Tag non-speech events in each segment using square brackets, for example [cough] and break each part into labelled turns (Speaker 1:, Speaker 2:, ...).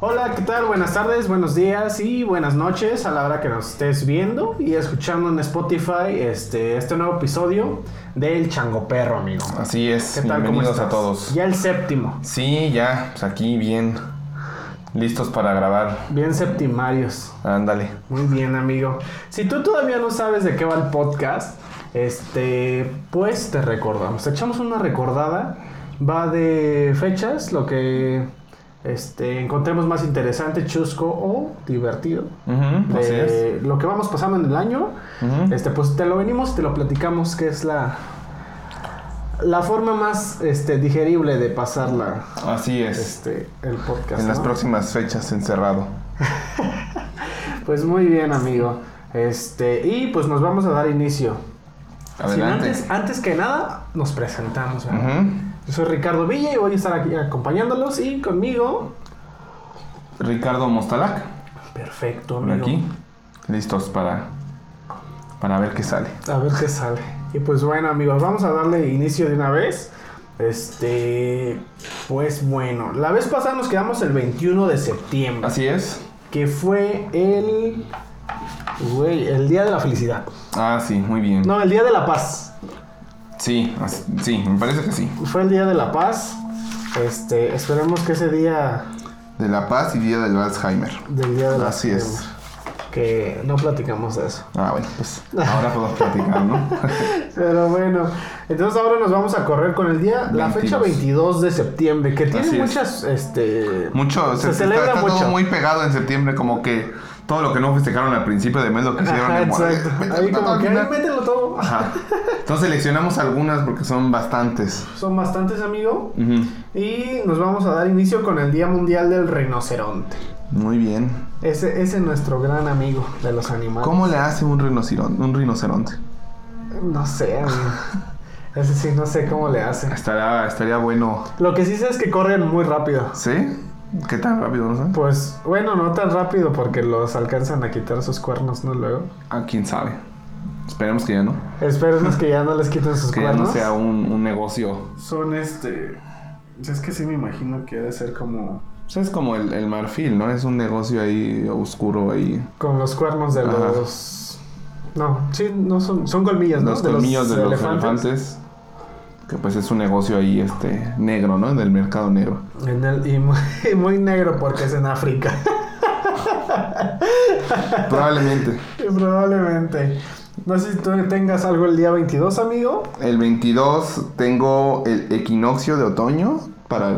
Speaker 1: Hola, ¿qué tal? Buenas tardes, buenos días y buenas noches a la hora que nos estés viendo y escuchando en Spotify este, este nuevo episodio del Chango Perro, amigo.
Speaker 2: Así es,
Speaker 1: ¿Qué tal? ¿Cómo
Speaker 2: bienvenidos
Speaker 1: estás?
Speaker 2: a todos.
Speaker 1: Ya el séptimo.
Speaker 2: Sí, ya, pues aquí bien, listos para grabar.
Speaker 1: Bien septimarios.
Speaker 2: Ándale.
Speaker 1: Muy bien, amigo. Si tú todavía no sabes de qué va el podcast, este, pues te recordamos. Te echamos una recordada. Va de fechas, lo que este, encontremos más interesante, chusco o divertido.
Speaker 2: Ujú, así es.
Speaker 1: De lo que vamos pasando en el año.
Speaker 2: Ujú.
Speaker 1: Este, pues te lo venimos, te lo platicamos, que es la la forma más este, digerible de pasar la,
Speaker 2: Así es.
Speaker 1: este, el podcast.
Speaker 2: En las
Speaker 1: ¿no?
Speaker 2: próximas fechas encerrado.
Speaker 1: Pues muy bien, amigo. Este, y pues nos vamos a dar inicio. Sin
Speaker 2: Adelante.
Speaker 1: antes, antes que nada, nos presentamos. ¿verdad?
Speaker 2: Ujú.
Speaker 1: Yo soy Ricardo Villa y voy a estar aquí acompañándolos y conmigo.
Speaker 2: Ricardo Mostalac,
Speaker 1: Perfecto,
Speaker 2: por
Speaker 1: amigo.
Speaker 2: aquí. Listos para, para ver qué sale.
Speaker 1: A ver qué sale. Y pues bueno, amigos, vamos a darle inicio de una vez. Este, pues bueno, la vez pasada nos quedamos el 21 de septiembre,
Speaker 2: Así es.
Speaker 1: que fue el güey, el día de la felicidad.
Speaker 2: Ah, sí, muy bien.
Speaker 1: No, el día de la paz.
Speaker 2: Sí, as- sí, me parece que sí.
Speaker 1: fue el día de la paz. Este, esperemos que ese día
Speaker 2: De la paz y Día del Alzheimer.
Speaker 1: del día de la
Speaker 2: Así es.
Speaker 1: que no platicamos de eso.
Speaker 2: Ah, bueno,
Speaker 1: [laughs]
Speaker 2: pues ahora podemos platicar, ¿no?
Speaker 1: Pero bueno, entonces ahora nos vamos a correr con el día, la
Speaker 2: 22.
Speaker 1: fecha 22 de septiembre, que tiene
Speaker 2: Así es.
Speaker 1: muchas, este,
Speaker 2: Mucho,
Speaker 1: se,
Speaker 2: se,
Speaker 1: celebra
Speaker 2: está, está
Speaker 1: mucho.
Speaker 2: todo muy pegado en septiembre, como que todo lo que no festejaron al principio de mes lo quisieron
Speaker 1: Ajá,
Speaker 2: en guardia.
Speaker 1: exacto.
Speaker 2: Mételo
Speaker 1: Ahí
Speaker 2: todo
Speaker 1: como
Speaker 2: al
Speaker 1: que ahí
Speaker 2: final.
Speaker 1: mételo todo.
Speaker 2: Ajá. Entonces seleccionamos algunas porque son bastantes.
Speaker 1: Son bastantes, amigo.
Speaker 2: Ujú.
Speaker 1: Y nos vamos a dar inicio con el Día Mundial del Rinoceronte.
Speaker 2: Muy bien.
Speaker 1: Ese, ese es nuestro gran amigo de los animales.
Speaker 2: ¿Cómo le hace un rinoceronte? Un rinoceronte?
Speaker 1: No sé, amigo. Ese sí, no sé cómo le hacen.
Speaker 2: Estaría, estaría bueno.
Speaker 1: Lo que sí sé es que corren muy rápido.
Speaker 2: ¿Sí? ¿Qué tan rápido no sabes?
Speaker 1: Pues, bueno, no tan rápido porque los alcanzan a quitar sus cuernos, ¿no? Luego.
Speaker 2: Ah, quién sabe. Esperemos que ya no.
Speaker 1: Esperemos que ya no les quiten sus
Speaker 2: [laughs] Que ya no
Speaker 1: cuernos.
Speaker 2: sea un, un negocio.
Speaker 1: Son este. Es que sí me imagino que debe ser como.
Speaker 2: Pues es como el, el marfil, ¿no? Es un negocio ahí oscuro ahí.
Speaker 1: Con los cuernos de
Speaker 2: Ajá.
Speaker 1: los. No, sí, no son. Son colmillos, ¿no?
Speaker 2: los colmillos de los, elefantes. Que pues es un negocio ahí este negro, ¿no? Del mercado negro.
Speaker 1: [laughs] En el- y, muy, y muy negro porque es en África. [laughs]
Speaker 2: Probablemente.
Speaker 1: Probablemente. No sé si tú tengas algo el día 22, amigo.
Speaker 2: El 22 tengo el equinoccio de otoño para,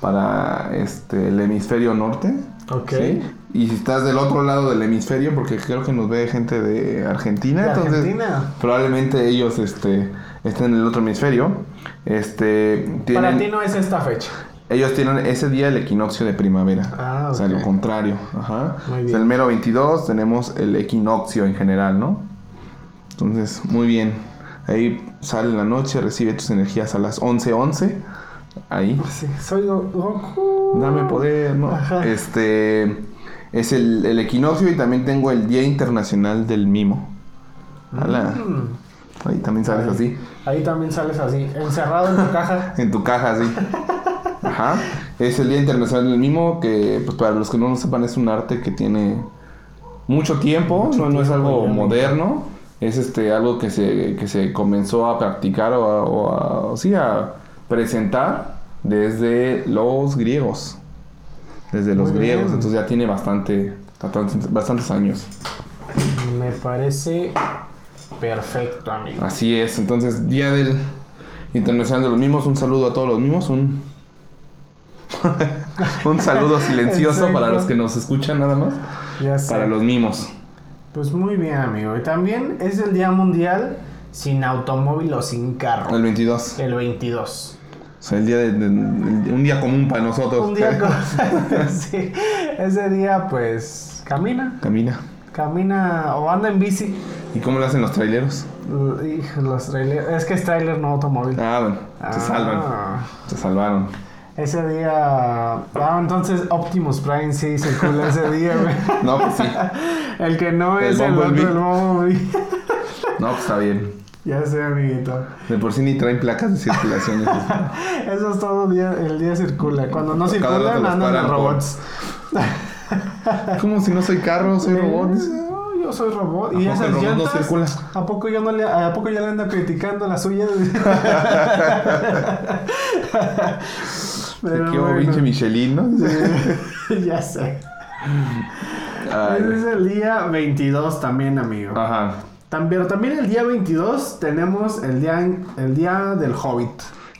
Speaker 2: para este, el hemisferio norte.
Speaker 1: Ok.
Speaker 2: ¿sí? Y si estás del otro lado del hemisferio, porque creo que nos ve gente de Argentina,
Speaker 1: De
Speaker 2: entonces
Speaker 1: Argentina.
Speaker 2: probablemente ellos este, estén en el otro hemisferio. Este, tienen,
Speaker 1: Para ti no es esta fecha.
Speaker 2: Ellos tienen ese día el equinoccio de primavera.
Speaker 1: Ah,
Speaker 2: O sea,
Speaker 1: ok.
Speaker 2: lo contrario. Ajá.
Speaker 1: Muy
Speaker 2: O sea,
Speaker 1: bien.
Speaker 2: el mero 22 tenemos el equinoccio en general, ¿no? Entonces, muy bien. Ahí sale la noche, recibe tus energías a las 11:11. Ahí.
Speaker 1: Sí, soy Go- Goku.
Speaker 2: Dame poder, ¿no?
Speaker 1: Ajá.
Speaker 2: Este. Es el, el equinoccio y también tengo el Día Internacional del Mimo. Ala.
Speaker 1: Mm.
Speaker 2: Ahí también sales
Speaker 1: Ahí.
Speaker 2: así.
Speaker 1: Ahí también sales así, encerrado en tu caja.
Speaker 2: En tu caja, sí. Ajá. Es el Día Internacional del Mimo, que pues para los que no lo sepan es un arte que tiene mucho tiempo,
Speaker 1: Mucho
Speaker 2: no, no es
Speaker 1: tiempo,
Speaker 2: algo
Speaker 1: ya, amigo.
Speaker 2: moderno, es este algo que se, que se comenzó a practicar o, a, o a- o sí, a presentar desde los griegos. Desde los
Speaker 1: Muy
Speaker 2: griegos,
Speaker 1: bien.
Speaker 2: entonces ya tiene bastante, bastantes, bastantes años.
Speaker 1: Me parece perfecto, amigo.
Speaker 2: Así es, entonces Día del Internacional de los Mimos, un saludo a todos los mimos, un, [laughs] un saludo silencioso
Speaker 1: Exacto.
Speaker 2: para los que nos escuchan nada más,
Speaker 1: Ya sé.
Speaker 2: Ah, para los mimos.
Speaker 1: Pues muy bien, amigo. Y también es el Día Mundial sin automóvil o sin carro.
Speaker 2: El 22,
Speaker 1: El 22.
Speaker 2: o sea, el día de, de- el- un día común para nosotros.
Speaker 1: Un
Speaker 2: [laughs]
Speaker 1: día con- [laughs] Sí, Ese día, pues, camina.
Speaker 2: Camina.
Speaker 1: Camina o anda en bici.
Speaker 2: ¿Y cómo lo hacen los traileros?
Speaker 1: L- hijo, Los trailers. Es que es trailer, no automóvil.
Speaker 2: Ah, bueno, se salvan,
Speaker 1: Ah.
Speaker 2: se salvaron.
Speaker 1: Ese día. Ah, entonces Optimus Prime sí se cuela ese día, güey. [laughs]
Speaker 2: No, pues sí,
Speaker 1: El que no
Speaker 2: El
Speaker 1: es el otro,
Speaker 2: Bumblebee.
Speaker 1: el Bumblebee.
Speaker 2: no, pues está bien.
Speaker 1: ya sé, amiguito.
Speaker 2: De por sí ni traen placas de circulación. esos.
Speaker 1: Eso es todo día, el día circula. Cuando no
Speaker 2: Cada rato
Speaker 1: circulan,
Speaker 2: los
Speaker 1: andan
Speaker 2: paran
Speaker 1: los
Speaker 2: por-
Speaker 1: robots.
Speaker 2: Como si no soy carro, soy robot.
Speaker 1: No, yo soy robot. ¿Y
Speaker 2: ¿A poco
Speaker 1: esas
Speaker 2: el robot no
Speaker 1: llantas?
Speaker 2: circula?
Speaker 1: ¿A poco yo no le, a poco ya le ando criticando las
Speaker 2: [laughs]
Speaker 1: suyas?
Speaker 2: Te
Speaker 1: Pero
Speaker 2: quedó
Speaker 1: bueno,
Speaker 2: pinche Michelin, ¿no?
Speaker 1: [laughs] ya sé.
Speaker 2: Ay, Ah.
Speaker 1: Ese es el día 22 también, amigo.
Speaker 2: Ajá.
Speaker 1: Tam- pero también el día 22 tenemos el día, en- el día del Hobbit.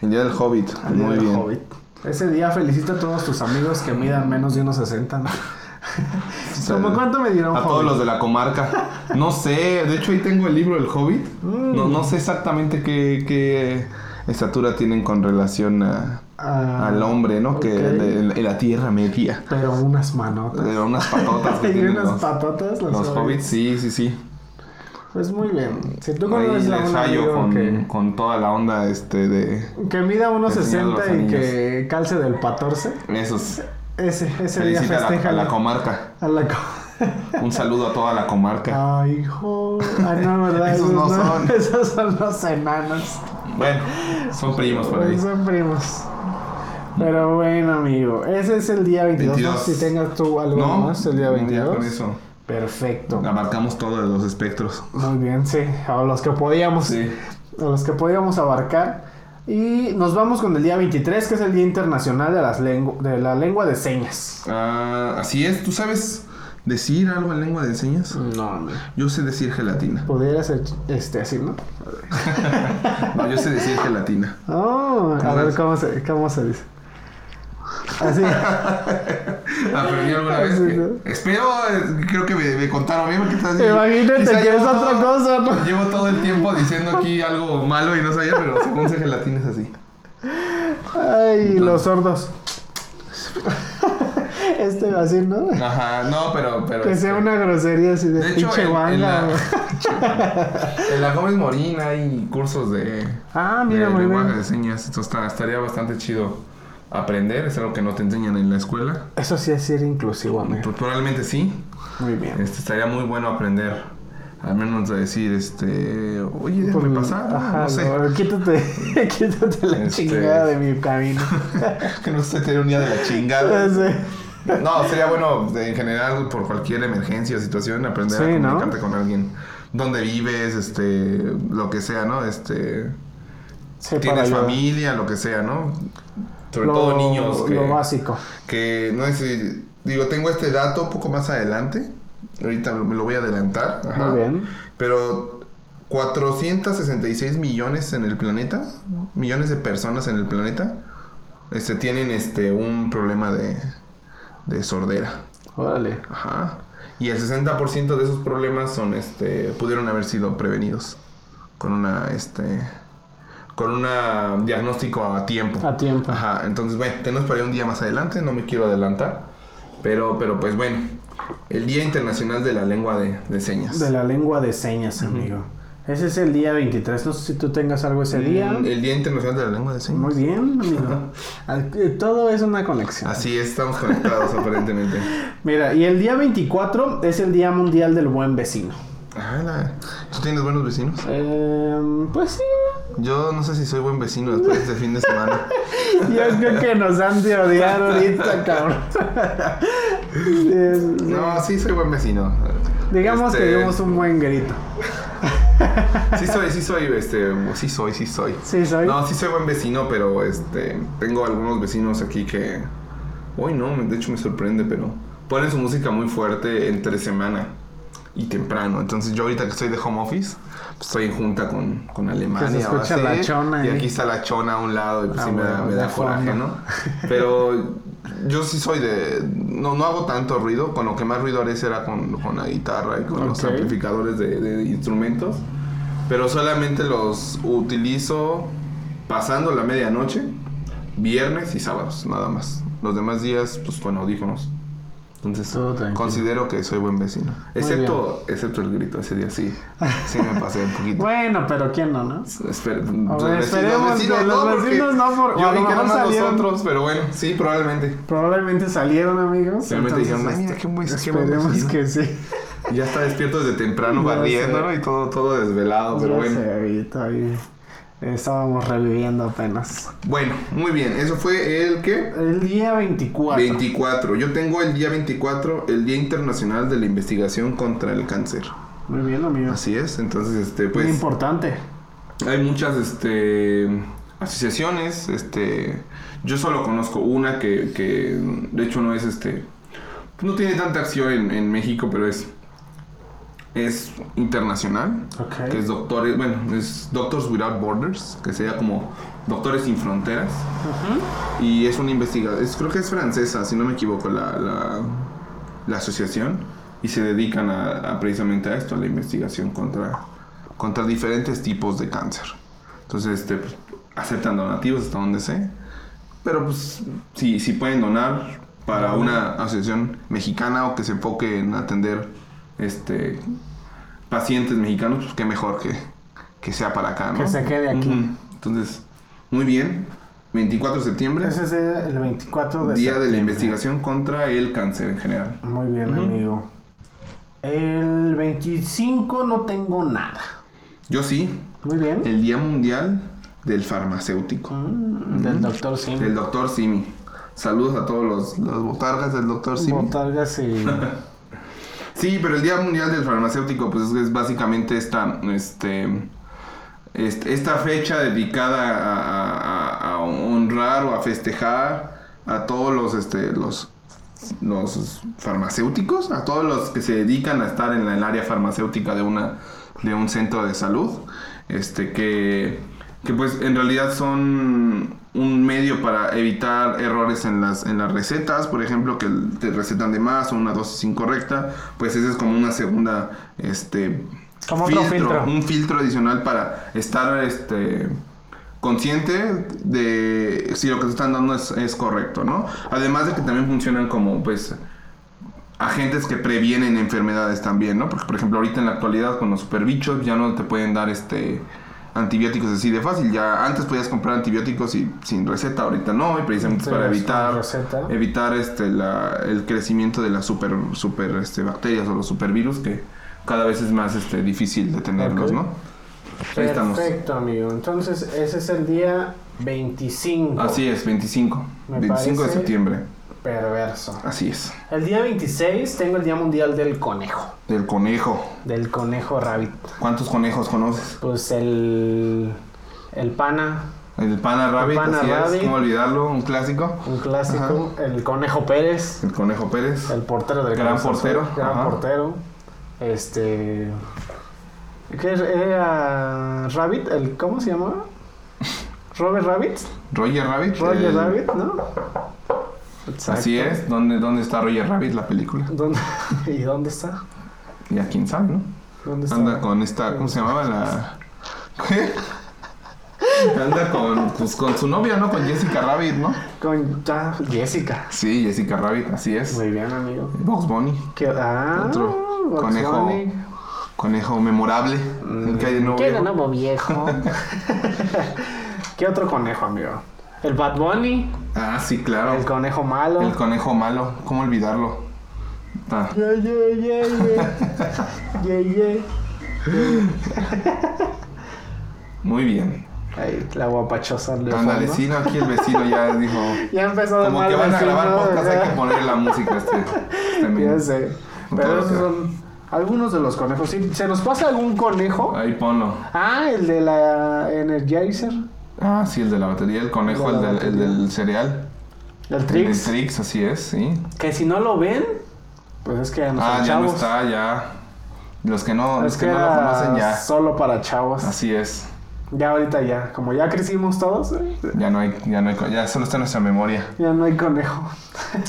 Speaker 2: El día del Hobbit.
Speaker 1: El día
Speaker 2: Muy
Speaker 1: del
Speaker 2: bien.
Speaker 1: Hobbit. Ese día felicita a todos tus amigos que midan menos de 1.60. ¿no? ¿Cómo cuánto me dieron
Speaker 2: A todos los de la comarca. No sé, de hecho ahí tengo el libro del Hobbit.
Speaker 1: Mm.
Speaker 2: No, no sé exactamente qué, qué estatura tienen con relación a- al hombre, ¿no? Que
Speaker 1: ok.
Speaker 2: de- en la Tierra Media.
Speaker 1: Ah, Pero unas manotas.
Speaker 2: De unas patotas
Speaker 1: [laughs]
Speaker 2: que
Speaker 1: Y
Speaker 2: tienen
Speaker 1: unas
Speaker 2: los,
Speaker 1: patotas. las
Speaker 2: los
Speaker 1: hobbits.
Speaker 2: hobbits. Sí, sí, sí.
Speaker 1: Pues muy bien. Si tú
Speaker 2: Ahí
Speaker 1: conoces a
Speaker 2: les
Speaker 1: un
Speaker 2: fallo
Speaker 1: amigo
Speaker 2: con,
Speaker 1: que,
Speaker 2: con toda la onda este de
Speaker 1: que mida
Speaker 2: El Señor
Speaker 1: 1.60
Speaker 2: de los
Speaker 1: y
Speaker 2: Anillos.
Speaker 1: que calce del 14,
Speaker 2: esos.
Speaker 1: ese, ese día
Speaker 2: Felicita a la,
Speaker 1: festeja
Speaker 2: a la comarca.
Speaker 1: a la co-
Speaker 2: Un saludo a toda la
Speaker 1: [laughs]
Speaker 2: comarca.
Speaker 1: Ay, hijo. Ah, no, ¿verdad?
Speaker 2: [laughs] Esos no son.
Speaker 1: [laughs] Esos son los enanos.
Speaker 2: Bueno, son primos por ahí.
Speaker 1: Son primos. Pero bueno, amigo. Ese es el día 22.
Speaker 2: 22.
Speaker 1: Si tengas tú algo
Speaker 2: No,
Speaker 1: más, el día
Speaker 2: ya
Speaker 1: 22.
Speaker 2: con eso.
Speaker 1: Perfecto.
Speaker 2: Abarcamos todos los espectros.
Speaker 1: Muy bien, sí. A los que podíamos.
Speaker 2: Sí.
Speaker 1: a los que podíamos abarcar. Y nos vamos con el día 23, que es el Día Internacional de, las lengu- de la Lengua de Señas.
Speaker 2: Ah, así es, ¿tú sabes decir algo en lengua de señas?
Speaker 1: No, amigo.
Speaker 2: Yo sé decir gelatina.
Speaker 1: Pudiera ser este, así, ¿no?
Speaker 2: No, yo sé decir gelatina.
Speaker 1: Oh, a
Speaker 2: ¿Cómo
Speaker 1: ver
Speaker 2: es?
Speaker 1: cómo se, cómo se dice.
Speaker 2: [laughs]
Speaker 1: Así.
Speaker 2: Aprendí Ah, alguna vez. que- Espero, eh, creo que me, me contaron bien porque estás
Speaker 1: Imagínate
Speaker 2: Quizá
Speaker 1: que es
Speaker 2: llevo
Speaker 1: otra
Speaker 2: todo-
Speaker 1: cosa, ¿no?
Speaker 2: Llevo todo el tiempo diciendo aquí algo malo y no sabía, pero según sé gelatina es así.
Speaker 1: Ay, los sordos. [laughs] Este va a ser, ¿no?
Speaker 2: Ajá, no, pero. pero
Speaker 1: Que
Speaker 2: este,
Speaker 1: sea una grosería así de,
Speaker 2: De hecho,
Speaker 1: pinche
Speaker 2: en, en
Speaker 1: guanga.
Speaker 2: la,
Speaker 1: güey.
Speaker 2: en la Gómez Morín hay cursos de,
Speaker 1: Ah, mira,
Speaker 2: de
Speaker 1: muy
Speaker 2: lenguaje
Speaker 1: bien.
Speaker 2: de señas. Entonces está- estaría bastante chido aprender. Es algo que no te enseñan en la escuela.
Speaker 1: [laughs] Eso sí es ser inclusivo, amigo.
Speaker 2: Pues probablemente sí.
Speaker 1: Muy bien.
Speaker 2: Este, estaría muy bueno aprender. Al menos de decir, este... Oye, déjame
Speaker 1: Pues,
Speaker 2: pasar.
Speaker 1: ajá,
Speaker 2: no sé.
Speaker 1: no, quítate, [laughs] quítate la
Speaker 2: Este-
Speaker 1: chingada de mi camino.
Speaker 2: [laughs] que no estoy teniendo un día de la chingada.
Speaker 1: [laughs] Sí.
Speaker 2: No, sería bueno de- en general por cualquier emergencia o situación aprender
Speaker 1: Sí,
Speaker 2: a
Speaker 1: ¿no?
Speaker 2: comunicarte con alguien. Dónde vives, este... Lo que sea, ¿no? Este...
Speaker 1: Sí, para
Speaker 2: tienes
Speaker 1: ayudar.
Speaker 2: familia, lo que sea, ¿no? Sobre
Speaker 1: Lo-
Speaker 2: todo niños que,
Speaker 1: Lo básico.
Speaker 2: que no sé, si- digo, tengo este dato un poco más adelante, ahorita me lo voy a adelantar, ajá.
Speaker 1: Muy bien.
Speaker 2: pero 466 millones en el planeta, millones de personas en el planeta, este, tienen este, un problema de, de sordera,
Speaker 1: Órale.
Speaker 2: ajá. Y el 60% de esos problemas son, este, pudieron haber sido prevenidos con una, este, con una diagnóstico a tiempo.
Speaker 1: A tiempo.
Speaker 2: Ajá, entonces bueno, tenemos para ir un día más adelante, no me quiero adelantar, pero, pero pues bueno, el Día Internacional de la Lengua de, de Señas.
Speaker 1: De la lengua de señas, amigo. Ese es el día 23. No sé si tú tengas algo ese día.
Speaker 2: Mm, El Día Internacional de la Lengua de Señas.
Speaker 1: Muy bien, amigo. Al- eh, Todo es una conexión.
Speaker 2: Así es,
Speaker 1: [laughs]
Speaker 2: estamos conectados aparentemente.
Speaker 1: Mira, y el día 24 es el Día Mundial del Buen Vecino.
Speaker 2: Ah, la- ¿Tú tienes buenos vecinos?
Speaker 1: Em, pues sí,
Speaker 2: Yo no sé si soy buen vecino después de este fin de semana.
Speaker 1: yo creo que nos han de odiar ahorita, cabrón. Es-
Speaker 2: No, sí soy buen vecino.
Speaker 1: Digamos
Speaker 2: Este,
Speaker 1: que dimos un buen grito.
Speaker 2: Sí soy, sí soy, este, sí soy, sí soy.
Speaker 1: Sí, soy.
Speaker 2: No, sí soy buen vecino, pero este, tengo algunos vecinos aquí que, hoy no, me- de hecho me sorprende, pero ponen su música muy fuerte entre semana y temprano. Entonces yo ahorita que estoy de home office, pues, estoy en junta con, con Alemania.
Speaker 1: Que se
Speaker 2: o
Speaker 1: escucha
Speaker 2: así,
Speaker 1: la chona,
Speaker 2: Y
Speaker 1: ¿eh?
Speaker 2: aquí está la chona a un lado y pues
Speaker 1: Ah,
Speaker 2: sí me da,
Speaker 1: bueno,
Speaker 2: me
Speaker 1: de
Speaker 2: da coraje,
Speaker 1: fondo.
Speaker 2: ¿no? Pero yo sí soy de, no, no hago tanto ruido, con lo que más ruido haré será con, con la guitarra y con los
Speaker 1: Ok.
Speaker 2: amplificadores de- de instrumentos pero solamente los utilizo pasando la medianoche, viernes y sábados, nada más. Los demás días, pues con audífonos. Entonces,
Speaker 1: Todo tranquilo.
Speaker 2: considero que soy buen vecino.
Speaker 1: Muy
Speaker 2: Excepto, excepto el grito, ese día sí. Sí me pasé un
Speaker 1: [laughs]
Speaker 2: poquito.
Speaker 1: Bueno, pero ¿quién no, no?
Speaker 2: Espera,
Speaker 1: A ver, esperemos que los
Speaker 2: porque
Speaker 1: vecinos no, por- o a
Speaker 2: Yo
Speaker 1: lo
Speaker 2: vi que
Speaker 1: mejor
Speaker 2: eran más los
Speaker 1: salieron.
Speaker 2: otros, pero bueno, sí, probablemente.
Speaker 1: Probablemente salieron, amigos.
Speaker 2: Realmente
Speaker 1: Entonces,
Speaker 2: dijeron, "Ay, mira,
Speaker 1: este,
Speaker 2: qué buen- qué buen
Speaker 1: Esperemos
Speaker 2: vecino".
Speaker 1: que sí.
Speaker 2: Ya está despierto desde temprano
Speaker 1: Ya sé.
Speaker 2: barriendo ¿no? y todo, todo desvelado, Ah, pero
Speaker 1: Ya
Speaker 2: bueno.
Speaker 1: sé, ahorita, ahí. Estábamos reviviendo apenas.
Speaker 2: Bueno, muy bien. Eso fue el que.
Speaker 1: El día 24.
Speaker 2: 24. Yo tengo el día 24, el Día Internacional de la Investigación contra el Cáncer.
Speaker 1: Muy bien, amigo.
Speaker 2: Así es. Entonces, este,
Speaker 1: Muy
Speaker 2: pues.
Speaker 1: importante.
Speaker 2: Hay muchas, este. Asociaciones, este. Yo solo conozco una que, que de hecho, no es este. No tiene tanta acción en, en México, pero es. Es internacional.
Speaker 1: Ok.
Speaker 2: que es doctores, bueno, es Doctors Without Borders, que sería como Doctores sin Fronteras,
Speaker 1: Ujú.
Speaker 2: y es una investigación, creo que es francesa, si no me equivoco, la, la, la asociación, y se dedican a, a precisamente a esto, a la investigación contra, contra diferentes tipos de cáncer. Entonces, este, pues, aceptan donativos hasta donde sé, pero pues si, si pueden donar para una asociación mexicana o que se enfoque en atender este pacientes mexicanos, pues qué mejor que, que sea para acá, ¿no?
Speaker 1: Que se quede aquí.
Speaker 2: Ujú. Entonces, muy bien. 24 de septiembre,
Speaker 1: Ese es el 24 de
Speaker 2: día de la
Speaker 1: septiembre.
Speaker 2: investigación contra el cáncer en general.
Speaker 1: Muy bien,
Speaker 2: Ujú.
Speaker 1: amigo. El 25 no tengo nada.
Speaker 2: Yo sí,
Speaker 1: Muy bien.
Speaker 2: el Día Mundial del Farmacéutico,
Speaker 1: Mm, Del doctor Sim.
Speaker 2: del doctor Simi. Saludos a todos los, los botargas del doctor Simi.
Speaker 1: Botargas
Speaker 2: [laughs]
Speaker 1: y...
Speaker 2: Sí, pero el Día Mundial del Farmacéutico, pues es, es básicamente esta, este, este- esta fecha dedicada a, a- a- a honrar o a festejar a todos los, este, los, los farmacéuticos, a todos los que se dedican a estar en la- el área farmacéutica de una, de un centro de salud, este, que, que pues en realidad son un medio para evitar errores en las, en las recetas, por ejemplo, que te recetan de más o una dosis incorrecta, pues ese es como una segunda, este,
Speaker 1: Como otro filtro.
Speaker 2: un filtro adicional para estar, este, consciente de si lo que te están dando es, es correcto, ¿no? Además de que también funcionan como, pues, agentes que previenen enfermedades también, ¿no? Porque, por ejemplo, ahorita en la actualidad con los superbichos ya no te pueden dar, este, antibióticos así de fácil. Ya antes podías comprar antibióticos y sin receta, ahorita no, y precisamente
Speaker 1: Sí,
Speaker 2: "Pues, para
Speaker 1: sin
Speaker 2: evitar,
Speaker 1: receta.
Speaker 2: evitar, este, la- el crecimiento de las super, super, este, bacterias o los supervirus que cada vez es más, este, difícil de tenerlos,
Speaker 1: Ok.
Speaker 2: ¿no? Ahí estamos.
Speaker 1: Perfecto, amigo. Entonces, ese es el día 25.
Speaker 2: Así es, 25.
Speaker 1: Me
Speaker 2: 25 de
Speaker 1: parece-
Speaker 2: septiembre.
Speaker 1: Perverso.
Speaker 2: Así es.
Speaker 1: El día 26 tengo el Día Mundial del Conejo.
Speaker 2: Del conejo.
Speaker 1: Del conejo rabbit.
Speaker 2: ¿Cuántos conejos conoces?
Speaker 1: Pues el... El pana,
Speaker 2: El pana rabbit,
Speaker 1: pana
Speaker 2: así
Speaker 1: rabbit.
Speaker 2: es. ¿Cómo olvidarlo? Un clásico.
Speaker 1: un clásico. El conejo Pérez.
Speaker 2: El conejo Pérez.
Speaker 1: El portero del
Speaker 2: Gran
Speaker 1: Cruz Azul,
Speaker 2: portero,
Speaker 1: Gran
Speaker 2: ajá.
Speaker 1: portero. Este. ¿Qué era? ¿Rabbit? El, ¿Cómo se llamaba?
Speaker 2: [laughs]
Speaker 1: ¿Robert Rabbit?
Speaker 2: Roger Rabbit.
Speaker 1: ¿Roger
Speaker 2: el-
Speaker 1: Rabbit? ¿No? Exacto.
Speaker 2: Así es. ¿Dónde, ¿Dónde está Roger Rabbit la película?
Speaker 1: ¿Dónde- [laughs] ¿Y dónde está?
Speaker 2: Ya quién sabe, ¿no?
Speaker 1: ¿Dónde está?
Speaker 2: Anda con esta. ¿Cómo se llamaba la.? [laughs] ¿Qué? Anda con, pues, con su novia, ¿no? Con Jessica Rabbit, ¿no?
Speaker 1: Con ah, Jessica.
Speaker 2: Sí, Jessica Rabbit, así es.
Speaker 1: Muy bien, amigo.
Speaker 2: Box Bunny.
Speaker 1: ¿Qué, ah,
Speaker 2: Otro
Speaker 1: Bugs
Speaker 2: conejo.
Speaker 1: Bunny.
Speaker 2: Conejo memorable. El que hay de nuevo.
Speaker 1: ¿Qué
Speaker 2: viejo.
Speaker 1: ganaba viejo? [laughs] ¿Qué otro conejo, amigo? El Bad Bunny,
Speaker 2: Ah, sí, claro.
Speaker 1: el conejo malo.
Speaker 2: El conejo malo, ¿cómo olvidarlo? Ah,
Speaker 1: Yeah, yeah, yeah, yeah. Yeah, yeah.
Speaker 2: muy bien.
Speaker 1: Ay, la guapachosa de
Speaker 2: Ándale,
Speaker 1: fondo.
Speaker 2: sí, no, aquí el vecino ya
Speaker 1: [laughs]
Speaker 2: dijo.
Speaker 1: Ya empezó de
Speaker 2: Como
Speaker 1: mal
Speaker 2: que van a
Speaker 1: vecino,
Speaker 2: grabar podcast, hay
Speaker 1: ¿verdad?
Speaker 2: que poner la música este. este
Speaker 1: ¿eh? [laughs] Ya
Speaker 2: men.
Speaker 1: sé.
Speaker 2: Con todo
Speaker 1: Pero esos
Speaker 2: lo que-
Speaker 1: son algunos de los conejos. Si se nos pasa algún conejo.
Speaker 2: Ahí ponlo.
Speaker 1: Ah, el de la Energizer.
Speaker 2: Ah, sí, el de la batería, el conejo,
Speaker 1: De
Speaker 2: el,
Speaker 1: la
Speaker 2: del- el
Speaker 1: batería.
Speaker 2: del cereal.
Speaker 1: El
Speaker 2: El del
Speaker 1: Trix.
Speaker 2: Trix, así es, sí.
Speaker 1: Que si no lo ven, pues es que ya no
Speaker 2: Ah,
Speaker 1: son
Speaker 2: ya no
Speaker 1: chavos.
Speaker 2: está, ya. Los que no,
Speaker 1: es
Speaker 2: los
Speaker 1: que
Speaker 2: que no lo
Speaker 1: era
Speaker 2: conocen ya.
Speaker 1: solo para chavos.
Speaker 2: Así es.
Speaker 1: Ya ahorita ya. Como ya crecimos todos, eh,
Speaker 2: Ya no hay, ya no hay, co- ya solo está en nuestra memoria.
Speaker 1: ya no hay conejo.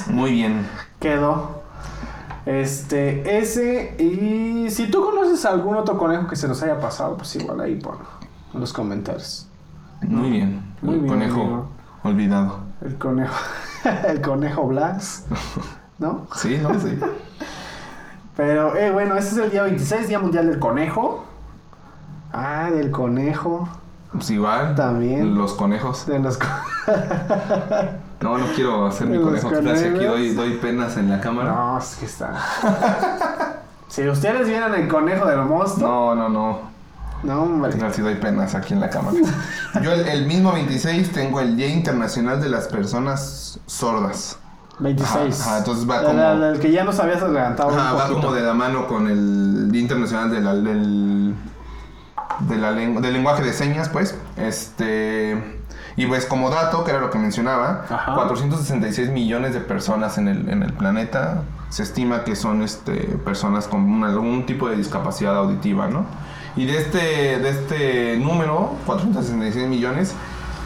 Speaker 2: Muy bien.
Speaker 1: quedó. Este, ese y si tú conoces algún otro conejo que se nos haya pasado, pues igual ahí ponlo en los comentarios.
Speaker 2: Muy bien.
Speaker 1: Muy
Speaker 2: el
Speaker 1: bien,
Speaker 2: conejo
Speaker 1: amigo.
Speaker 2: olvidado.
Speaker 1: El conejo, [laughs] el conejo Blas, ¿no?
Speaker 2: Sí, no sé.
Speaker 1: Pero eh, bueno, este es el día 26, Día Mundial del Conejo. Ah, del conejo,
Speaker 2: Pues igual.
Speaker 1: También.
Speaker 2: Los conejos.
Speaker 1: de los co- [laughs]
Speaker 2: No, no quiero hacer mi
Speaker 1: Los
Speaker 2: conejo. ¿Qué tal si aquí
Speaker 1: conejos.
Speaker 2: doy, doy penas en la cámara.
Speaker 1: No, es que [laughs] está. Si ustedes vieran el conejo del monstruo,
Speaker 2: No, no, no.
Speaker 1: No, hombre.
Speaker 2: No, sí doy penas aquí en la cámara.
Speaker 1: [laughs]
Speaker 2: Yo el, el mismo 26 tengo el Día Internacional de las Personas Sordas.
Speaker 1: 26.
Speaker 2: Ajá, ajá, entonces va
Speaker 1: La-
Speaker 2: como-
Speaker 1: la- la- el que ya nos habías adelantado.
Speaker 2: Ajá,
Speaker 1: un
Speaker 2: va
Speaker 1: poquito.
Speaker 2: como de la mano con el Día Internacional de la- del, de la lengua- del lenguaje de señas, pues. Este. Y pues como dato, que era lo que mencionaba,
Speaker 1: Ajá.
Speaker 2: 466 millones de personas en el, en el planeta se estima que son este, personas con un- algún tipo de discapacidad auditiva, ¿no? Y de este, de este número, 466 millones,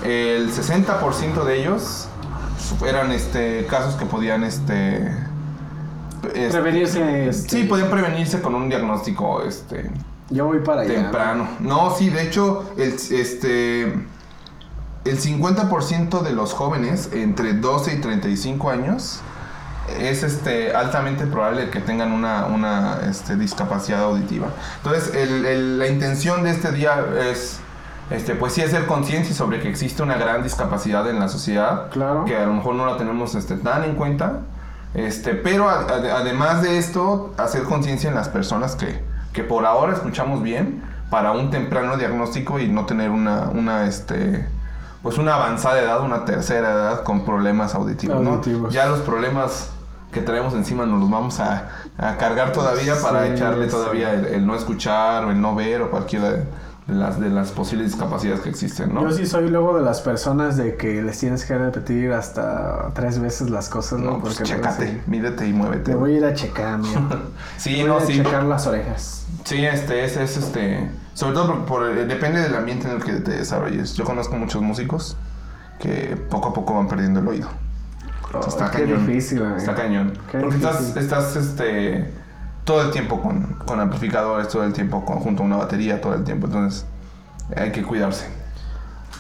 Speaker 2: el 60% de ellos eran este, casos que podían... Este, este,
Speaker 1: Prevenirse. este,
Speaker 2: Sí, pues podían prevenirse con un diagnóstico este,
Speaker 1: Yo voy para allá.
Speaker 2: temprano. No, sí, de hecho, el, este, el 50% de los jóvenes entre 12 y 35 años es este, altamente probable que tengan una, una, este, discapacidad auditiva. Entonces, el- el- la intención de este día es... Este, pues sí, hacer conciencia sobre que existe una gran discapacidad en la sociedad
Speaker 1: Claro.
Speaker 2: que a lo mejor no la tenemos este, tan en cuenta. Este, pero a- a- además de esto, hacer conciencia en las personas que, que por ahora escuchamos bien para un temprano diagnóstico y no tener una, una, este, pues una avanzada edad, una tercera edad con problemas auditivos. ¿no?
Speaker 1: Auditivos.
Speaker 2: Ya los problemas que traemos encima nos los vamos a, a cargar todavía para
Speaker 1: Sí,
Speaker 2: echarle
Speaker 1: sí.
Speaker 2: todavía el, el no escuchar o el no ver o cualquiera de de las, de las posibles discapacidades que existen. ¿no?
Speaker 1: Yo sí soy luego de las personas de que les tienes que repetir hasta tres veces las cosas, ¿no?
Speaker 2: No, pues
Speaker 1: Porque luego
Speaker 2: chécate,
Speaker 1: sí.
Speaker 2: mídete y muévete.
Speaker 1: Te voy a ir a checar,
Speaker 2: [laughs]
Speaker 1: mira.
Speaker 2: Sí,
Speaker 1: Voy
Speaker 2: no,
Speaker 1: a
Speaker 2: sí.
Speaker 1: checar las orejas.
Speaker 2: Sí, este, es, es este. Sobre todo por, por- eh, depende del ambiente en el que te desarrolles. Yo conozco muchos músicos que poco a poco van perdiendo el oído.
Speaker 1: Oh,
Speaker 2: Está
Speaker 1: qué
Speaker 2: cañón.
Speaker 1: difícil, amigo.
Speaker 2: Está cañón.
Speaker 1: Qué
Speaker 2: Porque estás,
Speaker 1: difícil.
Speaker 2: estás este, todo el tiempo con, con amplificadores, todo el tiempo con, junto a una batería, todo el tiempo. Entonces, hay que cuidarse.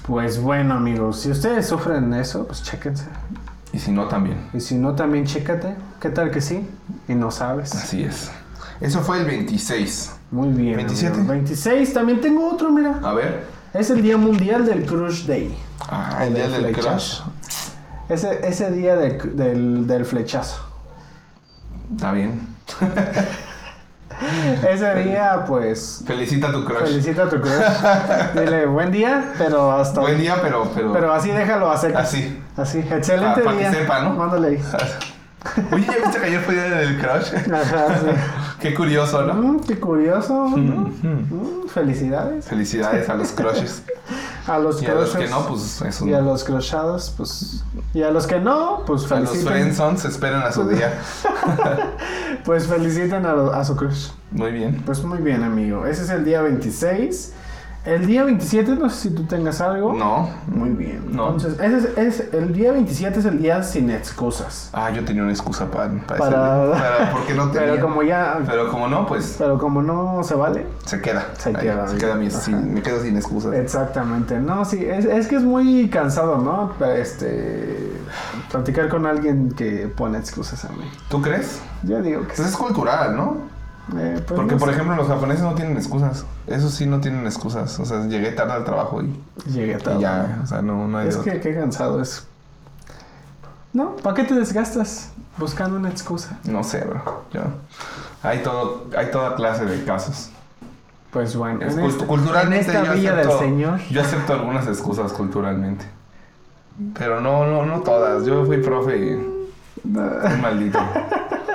Speaker 1: Pues bueno, amigos, si ustedes sufren eso, pues chéquense.
Speaker 2: Y si no, también.
Speaker 1: Y si no, también chécate. ¿Qué tal que sí? Y no sabes.
Speaker 2: Así es. Eso fue el 26.
Speaker 1: Muy bien.
Speaker 2: 27.
Speaker 1: amigo. 26. También tengo otro, mira.
Speaker 2: A ver.
Speaker 1: Es el Día Mundial del Crush Day.
Speaker 2: Ah, el día
Speaker 1: Del
Speaker 2: del crash.
Speaker 1: flechazo. Ese, ese día del, del- del flechazo. [laughs]
Speaker 2: Está bien.
Speaker 1: Ese día, pues,
Speaker 2: Felicita a tu crush.
Speaker 1: felicita a tu
Speaker 2: [laughs]
Speaker 1: crush. Dile, buen día, pero hasta...
Speaker 2: Buen día, pero. pero...
Speaker 1: Pero así déjalo hacer.
Speaker 2: Así. [laughs]
Speaker 1: Así, excelente
Speaker 2: Ah, para que
Speaker 1: día.
Speaker 2: sepa, ¿no?
Speaker 1: Mándale ahí.
Speaker 2: Oye, ¿ya viste que ayer fue día del crush?
Speaker 1: Ajá, sí.
Speaker 2: Qué curioso, ¿no?
Speaker 1: Mm, qué curioso. ¿no?
Speaker 2: Mm.
Speaker 1: Mm, felicidades.
Speaker 2: Felicidades a
Speaker 1: [laughs]
Speaker 2: los crushes.
Speaker 1: A los
Speaker 2: Y a los que
Speaker 1: crushers.
Speaker 2: no, pues eso.
Speaker 1: Y a
Speaker 2: ¿no?
Speaker 1: los crushados, pues. Y a los que no, pues
Speaker 2: A los
Speaker 1: feliciten.
Speaker 2: friendsons esperan a
Speaker 1: [laughs]
Speaker 2: su día.
Speaker 1: pues feliciten a, lo- a su crush.
Speaker 2: Muy bien.
Speaker 1: Pues muy bien, amigo. Ese es el día 26. El día 27, no sé si tú tengas algo.
Speaker 2: No.
Speaker 1: Muy bien.
Speaker 2: No.
Speaker 1: Entonces, ese es, es- el día 27 es el día sin excusas.
Speaker 2: Ah, yo tenía una excusa para... Para... ese
Speaker 1: Para-
Speaker 2: día. Para- porque no
Speaker 1: [laughs]
Speaker 2: tenía.
Speaker 1: Pero como ya.
Speaker 2: Pero como no, pues
Speaker 1: Pero como no se vale.
Speaker 2: se queda.
Speaker 1: Se
Speaker 2: Ahí,
Speaker 1: queda,
Speaker 2: Se queda mi-
Speaker 1: ajá. Eh.
Speaker 2: sin- me quedo sin excusas.
Speaker 1: Exactamente, no, sí, es, es que es muy cansado, ¿no? Este, platicar con alguien que pone excusas a mí.
Speaker 2: ¿Tú crees?
Speaker 1: Yo digo que sí.
Speaker 2: Pues es cultural, ¿no?
Speaker 1: Eh, pues,
Speaker 2: Porque,
Speaker 1: no
Speaker 2: por
Speaker 1: sé.
Speaker 2: ejemplo, los japoneses no tienen excusas. Eso sí no tienen excusas. O sea, llegué tarde al trabajo y, y
Speaker 1: Llegué tarde.
Speaker 2: ya. O sea, no, no hay de
Speaker 1: es
Speaker 2: otra.
Speaker 1: que qué cansado es. No, ¿para qué te desgastas buscando una excusa?
Speaker 2: No sé, bro. Yo- Hay, todo, hay toda clase de casos.
Speaker 1: Pues bueno,
Speaker 2: Es
Speaker 1: en
Speaker 2: cult-
Speaker 1: este-
Speaker 2: culturalmente
Speaker 1: en esta
Speaker 2: yo
Speaker 1: villa del
Speaker 2: acepto- [laughs]
Speaker 1: señor.
Speaker 2: Yo acepto algunas excusas culturalmente. Pero no, no, no todas. Yo fui profe y soy
Speaker 1: [laughs]
Speaker 2: maldito.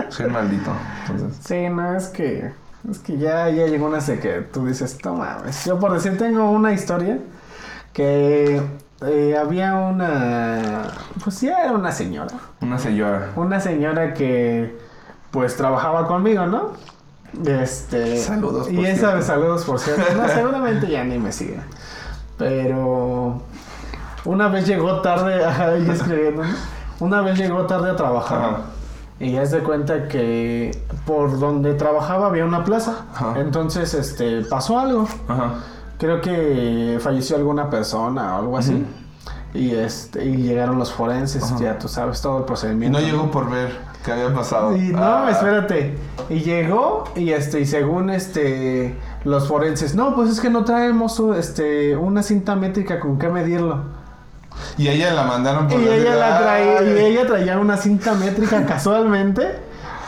Speaker 2: Soy maldito. Entonces,
Speaker 1: Sí, no, es que es que ya, ya llegó una sé que tú dices, no mames. Yo por decir tengo una historia que eh, había una, pues ya era una señora,
Speaker 2: una señora.
Speaker 1: una señora que pues trabajaba conmigo, ¿no? Este,
Speaker 2: Saludos,
Speaker 1: Y
Speaker 2: por
Speaker 1: esa
Speaker 2: cierto.
Speaker 1: saludos por cierto.
Speaker 2: [laughs]
Speaker 1: No, seguramente ya ni me sigue. Pero una vez llegó tarde, [laughs] ajá, ella escribiendo, ¿no? Una vez llegó tarde a trabajar.
Speaker 2: Ajá.
Speaker 1: Y ya se cuenta que por donde trabajaba había una plaza.
Speaker 2: Ajá.
Speaker 1: Entonces, este, pasó algo.
Speaker 2: Ajá.
Speaker 1: Creo que falleció alguna persona o algo así. Y este, y llegaron los forenses,
Speaker 2: Ajá.
Speaker 1: ya tú sabes todo el
Speaker 2: Y
Speaker 1: procedimiento.
Speaker 2: no llegó por ver qué había pasado.
Speaker 1: Y no,
Speaker 2: Ah,
Speaker 1: espérate. Y llegó y este y según este los forenses, no, pues es que no traemos este una cinta métrica con qué medirlo.
Speaker 2: Y ella la mandaron por
Speaker 1: Y
Speaker 2: ver-
Speaker 1: ella la traía,
Speaker 2: Ay,
Speaker 1: y ella traía una cinta métrica casualmente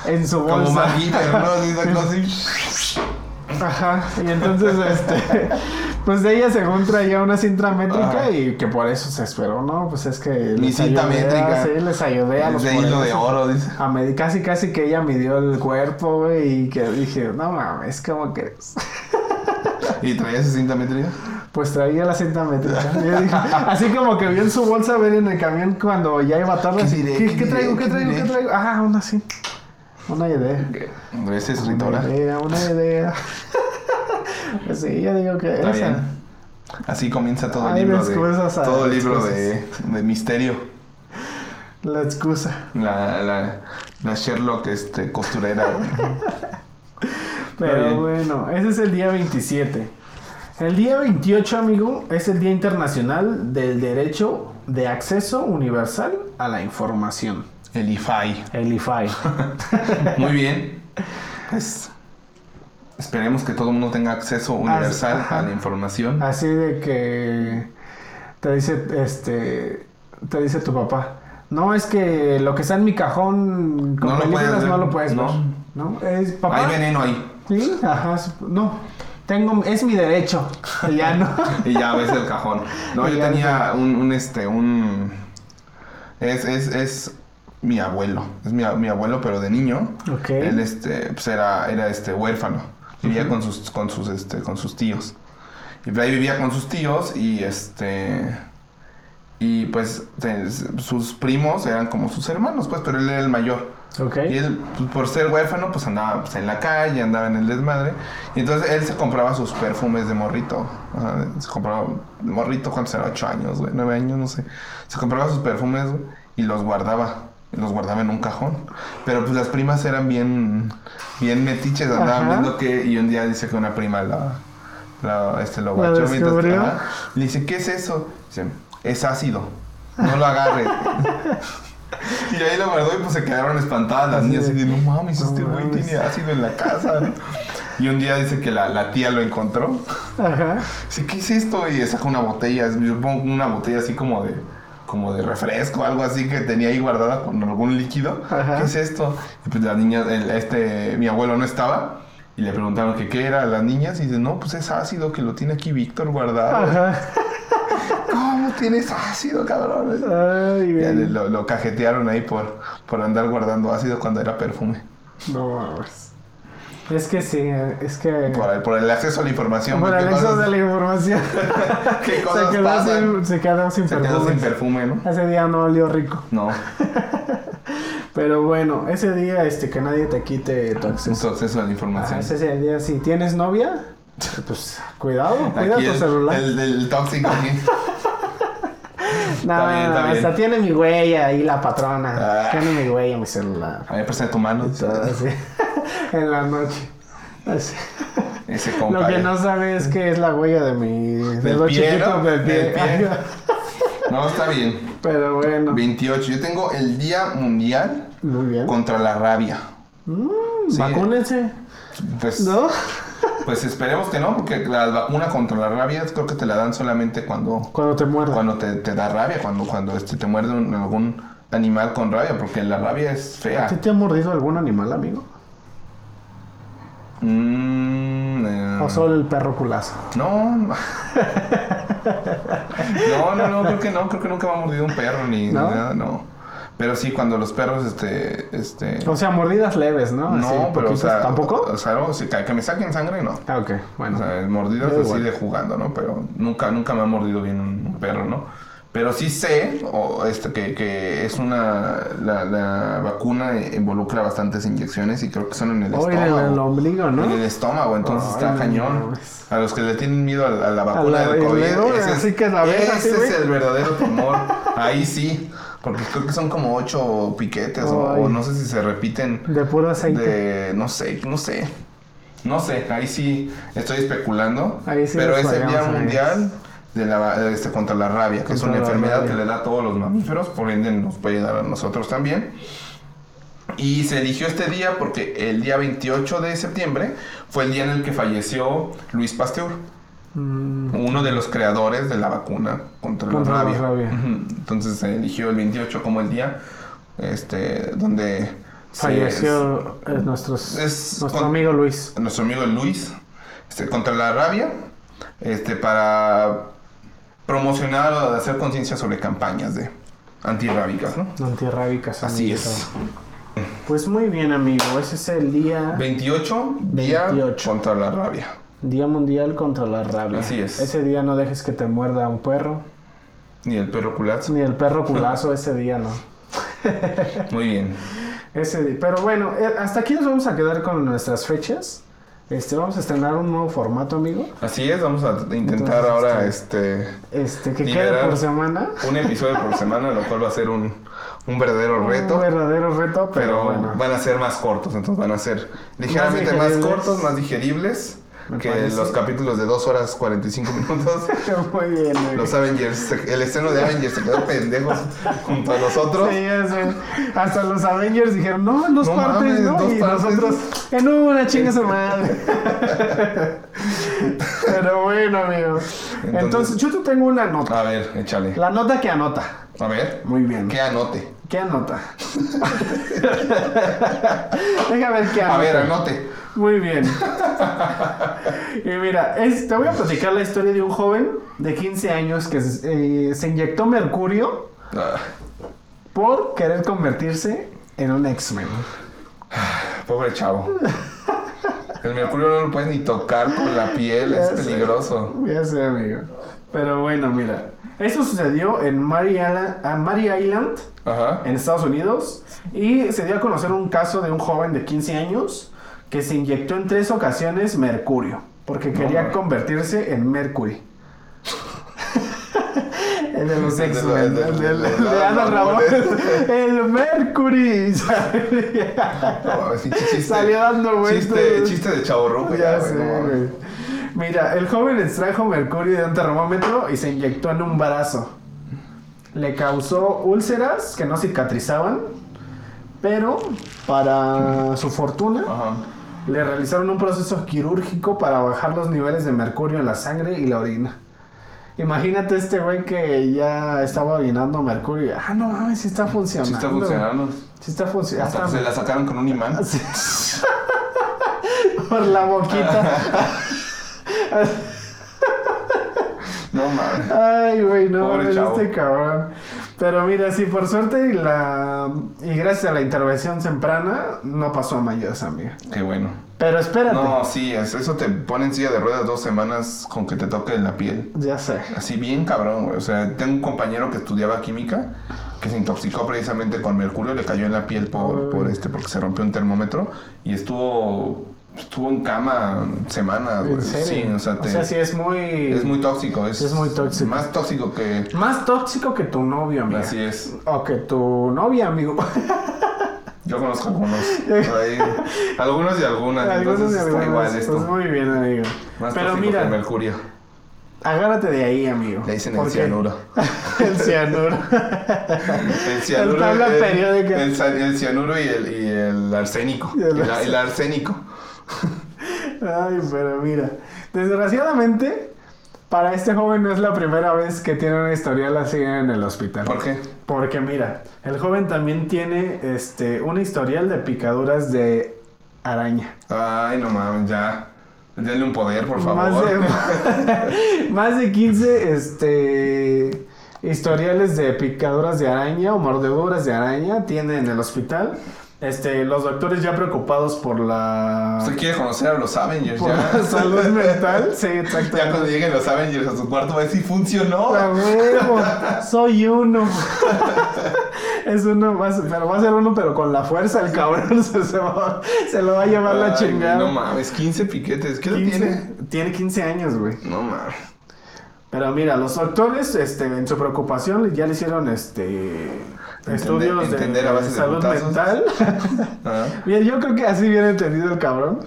Speaker 1: en su bolsa. [laughs]
Speaker 2: Como Maguire, ¿no? Así, sacó así.
Speaker 1: Ajá, y entonces, este, [laughs] pues ella según traía una cinta métrica
Speaker 2: Ajá.
Speaker 1: y que por eso se esperó, ¿no? Pues es que... les
Speaker 2: Mi cinta
Speaker 1: ayudé a-
Speaker 2: métrica.
Speaker 1: Sí, les ayudé a los
Speaker 2: de hilo de
Speaker 1: morenos
Speaker 2: oro, dice.
Speaker 1: a medir, casi, casi que ella midió el cuerpo, güey, y que dije, no mames, ¿cómo crees?
Speaker 2: ¿Y traía esa cinta métrica?
Speaker 1: Pues traía la cinta métrica. Y
Speaker 2: [laughs]
Speaker 1: yo dije, así como que vi en su bolsa ver en el camión cuando ya iba tarde.
Speaker 2: ¿Qué
Speaker 1: así,
Speaker 2: diré?
Speaker 1: ¿Qué,
Speaker 2: ¿Qué
Speaker 1: qué
Speaker 2: diré?
Speaker 1: traigo?
Speaker 2: ¿Qué
Speaker 1: ¿Qué traigo? ¿Qué
Speaker 2: diré?
Speaker 1: traigo? Ah, una así. Una idea.
Speaker 2: Hombre, Ese es
Speaker 1: Una
Speaker 2: Ritola.
Speaker 1: idea, una
Speaker 2: [laughs]
Speaker 1: idea. pues sí, yo digo que
Speaker 2: Está
Speaker 1: esa.
Speaker 2: bien. Así comienza todo
Speaker 1: Ay,
Speaker 2: el libro de...
Speaker 1: excusas a-
Speaker 2: Todo el libro de,
Speaker 1: excusas.
Speaker 2: de misterio.
Speaker 1: La excusa.
Speaker 2: La, la, la Sherlock este, costurera.
Speaker 1: Pero
Speaker 2: bien.
Speaker 1: bueno, ese es el día 27. El día 28, amigo, es el Día Internacional del Derecho de Acceso Universal a la Información.
Speaker 2: el IFAI.
Speaker 1: El IFAI.
Speaker 2: Muy bien. Pues esperemos que todo el mundo tenga acceso universal
Speaker 1: ajá.
Speaker 2: a la información.
Speaker 1: [laughs] Así de que te dice, este, te dice tu papá. No, es que lo que está en mi cajón con
Speaker 2: No lo
Speaker 1: películas
Speaker 2: puedes ver".
Speaker 1: no lo puedes
Speaker 2: No.
Speaker 1: ver. No, es papá.
Speaker 2: Hay veneno ahí.
Speaker 1: Sí, ajá, su- no. Tengo, es mi derecho. Y ya
Speaker 2: [laughs]
Speaker 1: no.
Speaker 2: Y ya ves el cajón.
Speaker 1: [laughs]
Speaker 2: No,
Speaker 1: Y
Speaker 2: yo
Speaker 1: ya
Speaker 2: tenía un, un, este, un... Es, es, es mi abuelo. Es mi, a- mi abuelo, pero de niño.
Speaker 1: ok.
Speaker 2: Él, este, pues era, era, este, huérfano. Vivía con sus, con sus, este, con sus tíos. Y pues ahí vivía con sus tíos y, este... Y, pues, te- sus primos eran como sus hermanos, pues, pero él era el mayor.
Speaker 1: Ok.
Speaker 2: Y él, pues, por ser huérfano, pues andaba pues, en la calle, andaba en el desmadre. Y entonces él se compraba sus perfumes de morrito. Ajá, se compraba de morrito cuando era 8 años, güey, 9 años, no sé. Se compraba sus perfumes güey, y los guardaba. Y Los guardaba en un cajón. Pero pues las primas eran bien, bien metiches, andaban
Speaker 1: Ajá.
Speaker 2: viendo que. Y un día dice que una prima la, la- este, lo
Speaker 1: ¿La
Speaker 2: guachó mientras-
Speaker 1: descubrió?
Speaker 2: ajá. Le dice, ¿qué es eso? Dice, es ácido. No lo agarres. Y ahí lo guardó y pues se quedaron espantadas las niñas. Así de, no mames, este
Speaker 1: No
Speaker 2: güey
Speaker 1: mames.
Speaker 2: tiene ácido en la casa. ¿no? Y un día dice que la, la tía lo encontró.
Speaker 1: Ajá.
Speaker 2: Dice, ¿qué es esto? Y saca una botella. es- Yo pongo una botella así como de como de refresco, algo así que tenía ahí guardada con algún líquido.
Speaker 1: Ajá.
Speaker 2: ¿Qué es esto? Y pues las niñas, el- este, mi abuelo no estaba. Y le preguntaron que qué era a las niñas. Y dice, no, pues es ácido que lo tiene aquí Víctor guardado.
Speaker 1: Ajá.
Speaker 2: ¿Cómo tienes ácido, cabrón?
Speaker 1: Ay,
Speaker 2: Ya le-
Speaker 1: güey.
Speaker 2: lo, lo cajetearon ahí por, por andar guardando ácido cuando era perfume.
Speaker 1: No mames. Es que sí, es que.
Speaker 2: Por el, por el acceso a la información.
Speaker 1: Por
Speaker 2: ¿qué
Speaker 1: el exceso
Speaker 2: cosas-
Speaker 1: de la información.
Speaker 2: [laughs]
Speaker 1: [laughs]
Speaker 2: ¿Qué
Speaker 1: se,
Speaker 2: cosas
Speaker 1: quedó
Speaker 2: pasan?
Speaker 1: sin, se quedó sin
Speaker 2: Se quedó sin
Speaker 1: perfumes.
Speaker 2: perfume, ¿no?
Speaker 1: Ese día no olió rico. [laughs]
Speaker 2: No,
Speaker 1: Pero bueno, ese día este que nadie te quite tu acceso.
Speaker 2: su acceso a la
Speaker 1: Ah,
Speaker 2: información.
Speaker 1: ese es el día, si tienes novia, [laughs] pues cuidado, cuida
Speaker 2: Aquí
Speaker 1: tu
Speaker 2: el,
Speaker 1: celular.
Speaker 2: el- el
Speaker 1: [laughs]
Speaker 2: tóxico aquí.
Speaker 1: no,
Speaker 2: está bien, está
Speaker 1: no,
Speaker 2: bien.
Speaker 1: hasta tiene mi huella ahí la patrona.
Speaker 2: Ah.
Speaker 1: Tiene mi huella mi celular.
Speaker 2: A ver, presta tu mano.
Speaker 1: Y [laughs] todo así. en la noche. Así.
Speaker 2: Ese
Speaker 1: Lo
Speaker 2: compa.
Speaker 1: que
Speaker 2: eh.
Speaker 1: no sabe es que es la huella de mi
Speaker 2: Del
Speaker 1: dedo
Speaker 2: pie,
Speaker 1: chiquito
Speaker 2: ¿no?
Speaker 1: del pie.
Speaker 2: Del pie. No, está bien.
Speaker 1: [laughs] Pero bueno,
Speaker 2: 28. Yo tengo el Día Mundial
Speaker 1: muy bien.
Speaker 2: contra la Rabia.
Speaker 1: Mm,
Speaker 2: Sí.
Speaker 1: Vacúnense,
Speaker 2: Pues,
Speaker 1: ¿no?
Speaker 2: pues esperemos que no, porque la vacuna contra la rabia creo que te la dan solamente cuando
Speaker 1: Cuando te muerdan.
Speaker 2: cuando te, te da rabia, cuando, cuando este, te muerde un- algún animal con rabia, porque la rabia es
Speaker 1: ¿A
Speaker 2: fea.
Speaker 1: ti te ha mordido algún animal, amigo?
Speaker 2: Mm, eh,
Speaker 1: ¿O solo el perro culazo?
Speaker 2: no, no. [laughs] no, no, no, creo que no, creo que nunca me ha mordido un perro ni, ni
Speaker 1: ¿No?
Speaker 2: nada, no. Pero sí, cuando los perros, este, este...
Speaker 1: O sea, mordidas leves, ¿no?
Speaker 2: no,
Speaker 1: Así,
Speaker 2: pero o
Speaker 1: poquitas.
Speaker 2: sea...
Speaker 1: Ah, ¿Tampoco?
Speaker 2: O sea, no, si ca- que, me saquen sangre, no.
Speaker 1: Ah, ok, bueno.
Speaker 2: O sea, mordidas
Speaker 1: Da
Speaker 2: así
Speaker 1: igual.
Speaker 2: de jugando, ¿no? Pero nunca, nunca me ha mordido bien un, un perro, ¿no? Pero sí sé o este, que, que es una... La, la vacuna involucra bastantes inyecciones y creo que son en el
Speaker 1: Oye, en
Speaker 2: estómago.
Speaker 1: el ombligo, ¿no?
Speaker 2: En el estómago, entonces
Speaker 1: Ay,
Speaker 2: está
Speaker 1: no
Speaker 2: cañón.
Speaker 1: mames.
Speaker 2: A los que le tienen miedo a, la- a la vacuna
Speaker 1: la-
Speaker 2: del
Speaker 1: y
Speaker 2: COVID.
Speaker 1: luego, así que la ves
Speaker 2: ese
Speaker 1: así,
Speaker 2: es
Speaker 1: güey.
Speaker 2: el verdadero temor. Ahí sí. Porque creo que son como ocho piquetes o, o
Speaker 1: Ay.
Speaker 2: no sé si se repiten
Speaker 1: De puro aceite.
Speaker 2: de no sé, no sé. No sé, ahí sí estoy especulando.
Speaker 1: Ahí sí
Speaker 2: pero
Speaker 1: nos
Speaker 2: es el Día
Speaker 1: fallamos,
Speaker 2: Mundial de la, este, contra la rabia, que es
Speaker 1: Contra
Speaker 2: una
Speaker 1: la
Speaker 2: enfermedad
Speaker 1: rabia.
Speaker 2: que le da a todos los mamíferos, por ende nos puede dar a nosotros también. Y se eligió este día porque el día 28 de septiembre fue el día en el que falleció Luis Pasteur,
Speaker 1: Mm,
Speaker 2: uno de los creadores de la vacuna contra,
Speaker 1: Contra
Speaker 2: la
Speaker 1: la
Speaker 2: rabia.
Speaker 1: rabia.
Speaker 2: Ujú. Entonces se eligió el 28 como el día este, donde se-
Speaker 1: falleció eh, nuestros-
Speaker 2: es
Speaker 1: nuestro
Speaker 2: con-
Speaker 1: amigo Luis.
Speaker 2: nuestro amigo Luis, este, contra la rabia, este, para promocionar o hacer conciencia sobre campañas de antirrábicas, ¿no?
Speaker 1: Antirrábicas.
Speaker 2: Así
Speaker 1: amiguito.
Speaker 2: es.
Speaker 1: Pues muy bien, amigo. Ese es el día,
Speaker 2: 28, día
Speaker 1: 28.
Speaker 2: contra la rabia.
Speaker 1: día mundial contra la rabia.
Speaker 2: Así es.
Speaker 1: Ese día no dejes que te muerda un perro.
Speaker 2: Ni el perro culazo.
Speaker 1: Ni el perro culazo ese día, no.
Speaker 2: Muy bien.
Speaker 1: Ese di- Pero bueno, eh, hasta aquí nos vamos a quedar con nuestras fechas. Este, vamos a estrenar un nuevo formato, amigo.
Speaker 2: Así es, vamos a intentar
Speaker 1: Entonces,
Speaker 2: ahora este
Speaker 1: Este, que quede
Speaker 2: Liberar
Speaker 1: por semana.
Speaker 2: un episodio por semana, lo cual va a ser un, un verdadero reto.
Speaker 1: Un verdadero reto, pero,
Speaker 2: pero
Speaker 1: bueno.
Speaker 2: van a ser más cortos, entonces van a ser ligeramente más,
Speaker 1: digeribles.
Speaker 2: cortos, más digeribles
Speaker 1: Me
Speaker 2: que
Speaker 1: parece.
Speaker 2: los capítulos de 2 horas 45 [laughs] minutos.
Speaker 1: [laughs] Muy bien, amigo.
Speaker 2: Los Avengers, se- el estreno de Avengers se quedó pendejo junto a nosotros.
Speaker 1: Sí, ya sé. Hasta los Avengers dijeron, no, en dos
Speaker 2: No
Speaker 1: partes,
Speaker 2: mames,
Speaker 1: ¿no?
Speaker 2: dos
Speaker 1: y
Speaker 2: partes. Este.
Speaker 1: nosotros, en una chinga su madre. [laughs] Pero bueno, amigo. Entonces,
Speaker 2: Entonces-
Speaker 1: yo te tengo una nota.
Speaker 2: A ver, échale.
Speaker 1: La nota que anota.
Speaker 2: A ver,
Speaker 1: Muy bien.
Speaker 2: que
Speaker 1: ¿Qué,
Speaker 2: anote.
Speaker 1: anota? [laughs] Deja ver qué anota.
Speaker 2: A ver, anote.
Speaker 1: Muy bien. Y mira, es- te voy a platicar la historia de un joven de 15 años que se- eh, se inyectó mercurio
Speaker 2: Ah,
Speaker 1: por querer convertirse en un X-Men.
Speaker 2: pobre chavo. El mercurio no lo puedes ni tocar con la piel, es
Speaker 1: Ya sé.
Speaker 2: peligroso.
Speaker 1: Ya sé, amigo. Pero bueno, mira. Eso sucedió en Mary Island, a Mary Island,
Speaker 2: Ajá.
Speaker 1: en Estados Unidos. Y se dio a conocer un caso de un joven de 15 años que se inyectó en tres ocasiones mercurio. Porque quería
Speaker 2: mames.
Speaker 1: convertirse en Mercury. el de los
Speaker 2: El de
Speaker 1: X-Men. El
Speaker 2: los- el de-
Speaker 1: de- el
Speaker 2: los-
Speaker 1: de Adam
Speaker 2: los-
Speaker 1: Ramón. El Mercury.
Speaker 2: No, Ah, sí, chiste-
Speaker 1: Salió dando vueltas.
Speaker 2: Chiste, chiste de chavo ruco,
Speaker 1: Ya
Speaker 2: güey,
Speaker 1: sé,
Speaker 2: Pues no mames.
Speaker 1: güey. Mira, el joven extrajo mercurio de un termómetro y se inyectó en un brazo. Le causó úlceras que no cicatrizaban, pero para su fortuna
Speaker 2: Ajá.
Speaker 1: le realizaron un proceso quirúrgico para bajar los niveles de mercurio en la sangre y la orina. Imagínate este güey que ya estaba orinando mercurio. Ah, no mames, sí está funcionando.
Speaker 2: Sí está funcionando.
Speaker 1: Sí está funcionando.
Speaker 2: Hasta se la sacaron con un imán.
Speaker 1: Sí. [laughs] Por la
Speaker 2: [laughs]
Speaker 1: boquita.
Speaker 2: No mames.
Speaker 1: Ay, güey, no,
Speaker 2: Pobre
Speaker 1: mames,
Speaker 2: chavo.
Speaker 1: este cabrón. Pero mira, sí, por suerte y, la... y gracias a la intervención temprana, no pasó a mayores, amiga.
Speaker 2: Qué bueno.
Speaker 1: Pero espérate.
Speaker 2: No, sí, es- eso te pone en silla de ruedas dos semanas con que te toque la piel.
Speaker 1: Ya sé.
Speaker 2: Así bien cabrón, güey. O sea, tengo un compañero que estudiaba química que se intoxicó precisamente con mercurio, le cayó en la piel por, por este, porque se rompió un termómetro y estuvo estuvo en cama semanas, Ah, güey.
Speaker 1: ¿En serio?
Speaker 2: Sí, o sea, te-
Speaker 1: sí es muy...
Speaker 2: es muy tóxico. Es,
Speaker 1: Es muy tóxico.
Speaker 2: Más tóxico que...
Speaker 1: Más tóxico que tu novio, amiga.
Speaker 2: Así es.
Speaker 1: O que tu novia, amigo.
Speaker 2: Yo conozco algunos. por ahí. algunos y
Speaker 1: [laughs]
Speaker 2: algunas.
Speaker 1: Algunos
Speaker 2: entonces
Speaker 1: de
Speaker 2: está
Speaker 1: algunos.
Speaker 2: igual esto.
Speaker 1: Pues muy bien, amigo.
Speaker 2: Más
Speaker 1: Pero
Speaker 2: tóxico que el
Speaker 1: mira,
Speaker 2: mercurio.
Speaker 1: agárrate de ahí, amigo.
Speaker 2: Le dicen el
Speaker 1: Porque-
Speaker 2: cianuro.
Speaker 1: [laughs] el cianuro.
Speaker 2: [laughs] El cianuro.
Speaker 1: El tabla periódica.
Speaker 2: el sa- el cianuro y el, y el arsénico.
Speaker 1: Y
Speaker 2: El,
Speaker 1: el
Speaker 2: el arsénico.
Speaker 1: Ay, pero mira, desgraciadamente, para este joven no es la primera vez que tiene una historial así en el hospital.
Speaker 2: ¿Por qué?
Speaker 1: Porque mira, el joven también tiene este un historial de picaduras de araña.
Speaker 2: Ay, no mames, ya. Denle un poder, por favor.
Speaker 1: Más
Speaker 2: [laughs]
Speaker 1: de, [laughs] más de 15 este, historiales de picaduras de araña o mordeduras de araña tiene en el hospital. Este, los doctores ya preocupados por la,
Speaker 2: Usted quiere conocer a los Avengers,
Speaker 1: por
Speaker 2: [laughs] ya.
Speaker 1: la salud mental. Sí,
Speaker 2: Ya
Speaker 1: exactamente.
Speaker 2: cuando lleguen los Avengers a su cuarto va a decir, funcionó.
Speaker 1: ¡A huevo! Soy uno. Es uno, va a ser- pero va a ser uno, pero con la fuerza el cabrón [laughs] se, se va, se lo va a llevar
Speaker 2: Ay,
Speaker 1: la chingada.
Speaker 2: No mames, 15 piquetes. ¿Qué edad
Speaker 1: 15
Speaker 2: tiene?
Speaker 1: tiene 15 años, güey.
Speaker 2: No mames.
Speaker 1: Pero mira, los doctores, este, en su preocupación, ya le hicieron este estudios
Speaker 2: entender
Speaker 1: de,
Speaker 2: a base de
Speaker 1: salud
Speaker 2: putazos. [laughs]
Speaker 1: mental.
Speaker 2: Ah.
Speaker 1: Bien, yo creo que así viene entendido el cabrón.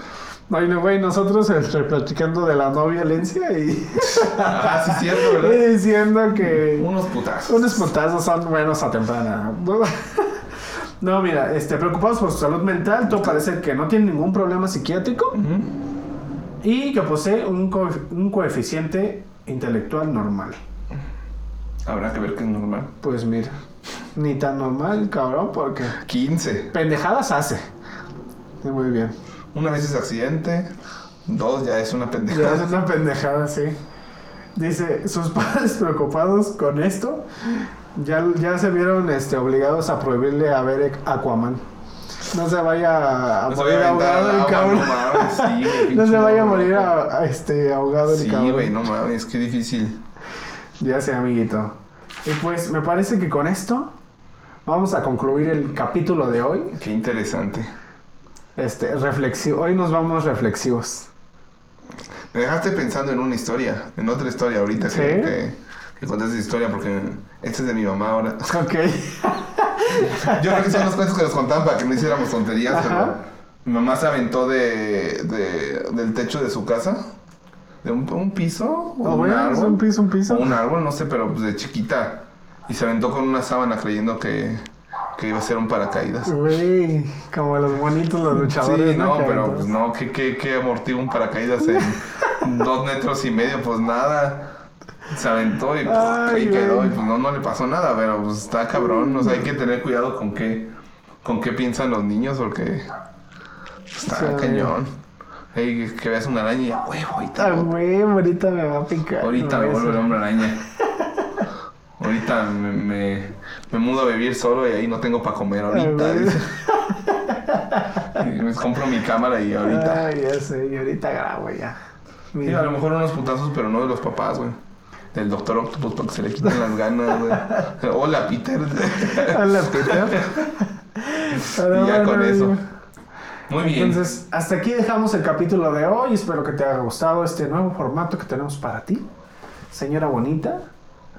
Speaker 1: Oye, güey, nosotros este, platicando de la no violencia y, [laughs]
Speaker 2: Ah, sí, es cierto,
Speaker 1: y [laughs]
Speaker 2: ¿verdad?
Speaker 1: diciendo que.
Speaker 2: Unos putazos.
Speaker 1: Unos putazos son buenos a temprana. ¿no? [laughs] No, mira, este, preocupados por su salud mental, todo parece que no tiene ningún problema psiquiátrico
Speaker 2: Ujú.
Speaker 1: y que posee un, coef- un coeficiente intelectual normal.
Speaker 2: Habrá que ver qué es normal.
Speaker 1: Pues mira, ni tan normal, cabrón, porque
Speaker 2: 15.
Speaker 1: pendejadas hace. Sí, Muy bien.
Speaker 2: Una vez es accidente. Dos ya es una
Speaker 1: [laughs] Ya es
Speaker 2: pendejada.
Speaker 1: una pendejada, sí. Dice, sus [laughs] padres preocupados con esto ya, ya se vieron este, obligados a prohibirle a ver Aquaman. No se vaya a
Speaker 2: No se
Speaker 1: morir
Speaker 2: vaya a aventar
Speaker 1: ahogado
Speaker 2: al
Speaker 1: el
Speaker 2: agua,
Speaker 1: cabrón.
Speaker 2: no
Speaker 1: [laughs]
Speaker 2: mames, sí, güey,
Speaker 1: No
Speaker 2: pinche
Speaker 1: se vaya a
Speaker 2: loco.
Speaker 1: morir a- a este, ahogado el
Speaker 2: Sí,
Speaker 1: cabrón.
Speaker 2: güey, no mames, qué difícil.
Speaker 1: Ya sé, amiguito. Y pues me parece que con esto vamos a concluir el capítulo de hoy.
Speaker 2: Qué interesante.
Speaker 1: Este, reflexivo. Hoy nos vamos reflexivos. [laughs]
Speaker 2: Me dejaste pensando en una historia, en otra historia ahorita
Speaker 1: ¿Sí?
Speaker 2: que, que, que contaste esa historia porque esta es de mi mamá ahora. [laughs]
Speaker 1: Ok.
Speaker 2: Yo creo que son las cosas que nos contaban para que no hiciéramos tonterías, pero
Speaker 1: Ajá.
Speaker 2: mi mamá se aventó de, de- del techo de su casa, de un, un piso, o
Speaker 1: Ah,
Speaker 2: un
Speaker 1: bueno,
Speaker 2: árbol,
Speaker 1: un piso, un piso.
Speaker 2: o un árbol, no sé, pero pues de chiquita. Y se aventó con una sábana creyendo que, que iba a ser un paracaídas.
Speaker 1: Güey, como los bonitos, los luchadores.
Speaker 2: Sí, no,
Speaker 1: Que
Speaker 2: pero pues
Speaker 1: entonces-
Speaker 2: no, ¿qué, qué, qué amortigua un paracaídas en [laughs] dos metros y medio? Pues nada. Se aventó y pues,
Speaker 1: Ay,
Speaker 2: ahí quedó
Speaker 1: güey.
Speaker 2: y pues no, no le pasó nada, pero pues está cabrón. O sea, hay que tener cuidado con qué, con qué piensan los niños porque pues, está
Speaker 1: Sí.
Speaker 2: cañón. Ey, que- que veas una araña y ya, güey, ahorita,
Speaker 1: Ah, güey, ahorita me va a picar.
Speaker 2: ahorita me
Speaker 1: güey,
Speaker 2: vuelvo
Speaker 1: sí.
Speaker 2: el hombre
Speaker 1: [laughs]
Speaker 2: araña. Ahorita me, me, me mudo a vivir solo y ahí no tengo para comer ahorita.
Speaker 1: Ah, güey.
Speaker 2: dice. Y me compro mi cámara y ahorita.
Speaker 1: Ay, Ah, ya sé, y ahorita grabo ya.
Speaker 2: Sí,
Speaker 1: Mira.
Speaker 2: a lo mejor unos putazos, pero no de los papás, güey. Del doctor Octopus para que se le quiten las ganas, güey. [laughs] Hola, Peter.
Speaker 1: Hola,
Speaker 2: [laughs]
Speaker 1: Peter. Pero
Speaker 2: Y ya con eso.
Speaker 1: amigo.
Speaker 2: Muy bien.
Speaker 1: Entonces, hasta aquí dejamos el capítulo de hoy. Espero que te haya gustado este nuevo formato que tenemos para ti. Señora bonita,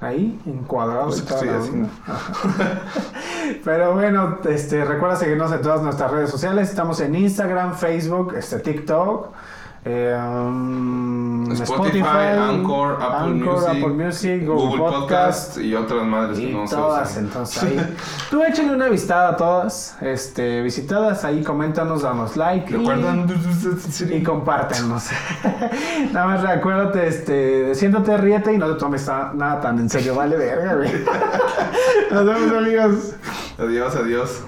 Speaker 1: ahí, encuadrado.
Speaker 2: Pues,
Speaker 1: y
Speaker 2: ¿qué
Speaker 1: toda
Speaker 2: estoy
Speaker 1: la
Speaker 2: haciendo?
Speaker 1: onda. Ajá. [laughs] Pero bueno, este, recuerda seguirnos en todas nuestras redes sociales. Estamos en Instagram, Facebook, este, TikTok. eh, um,
Speaker 2: Spotify, Anchor, Apple Music,
Speaker 1: Apple Music, Google, Podcast
Speaker 2: y otras madres que
Speaker 1: y
Speaker 2: no se
Speaker 1: todas,
Speaker 2: usan. [laughs]
Speaker 1: entonces ahí. Tú échale una visitada a todas, este, visitadas ahí, coméntanos, danos like. y- [laughs]
Speaker 2: ¿Recuerdan?
Speaker 1: Y, compártenos. [laughs] Nada más recuérdate, este, siéntate, ríete y no te tomes ta- nada tan en serio, vale verga, [laughs] güey. Nos vemos amigos.
Speaker 2: Adiós, adiós.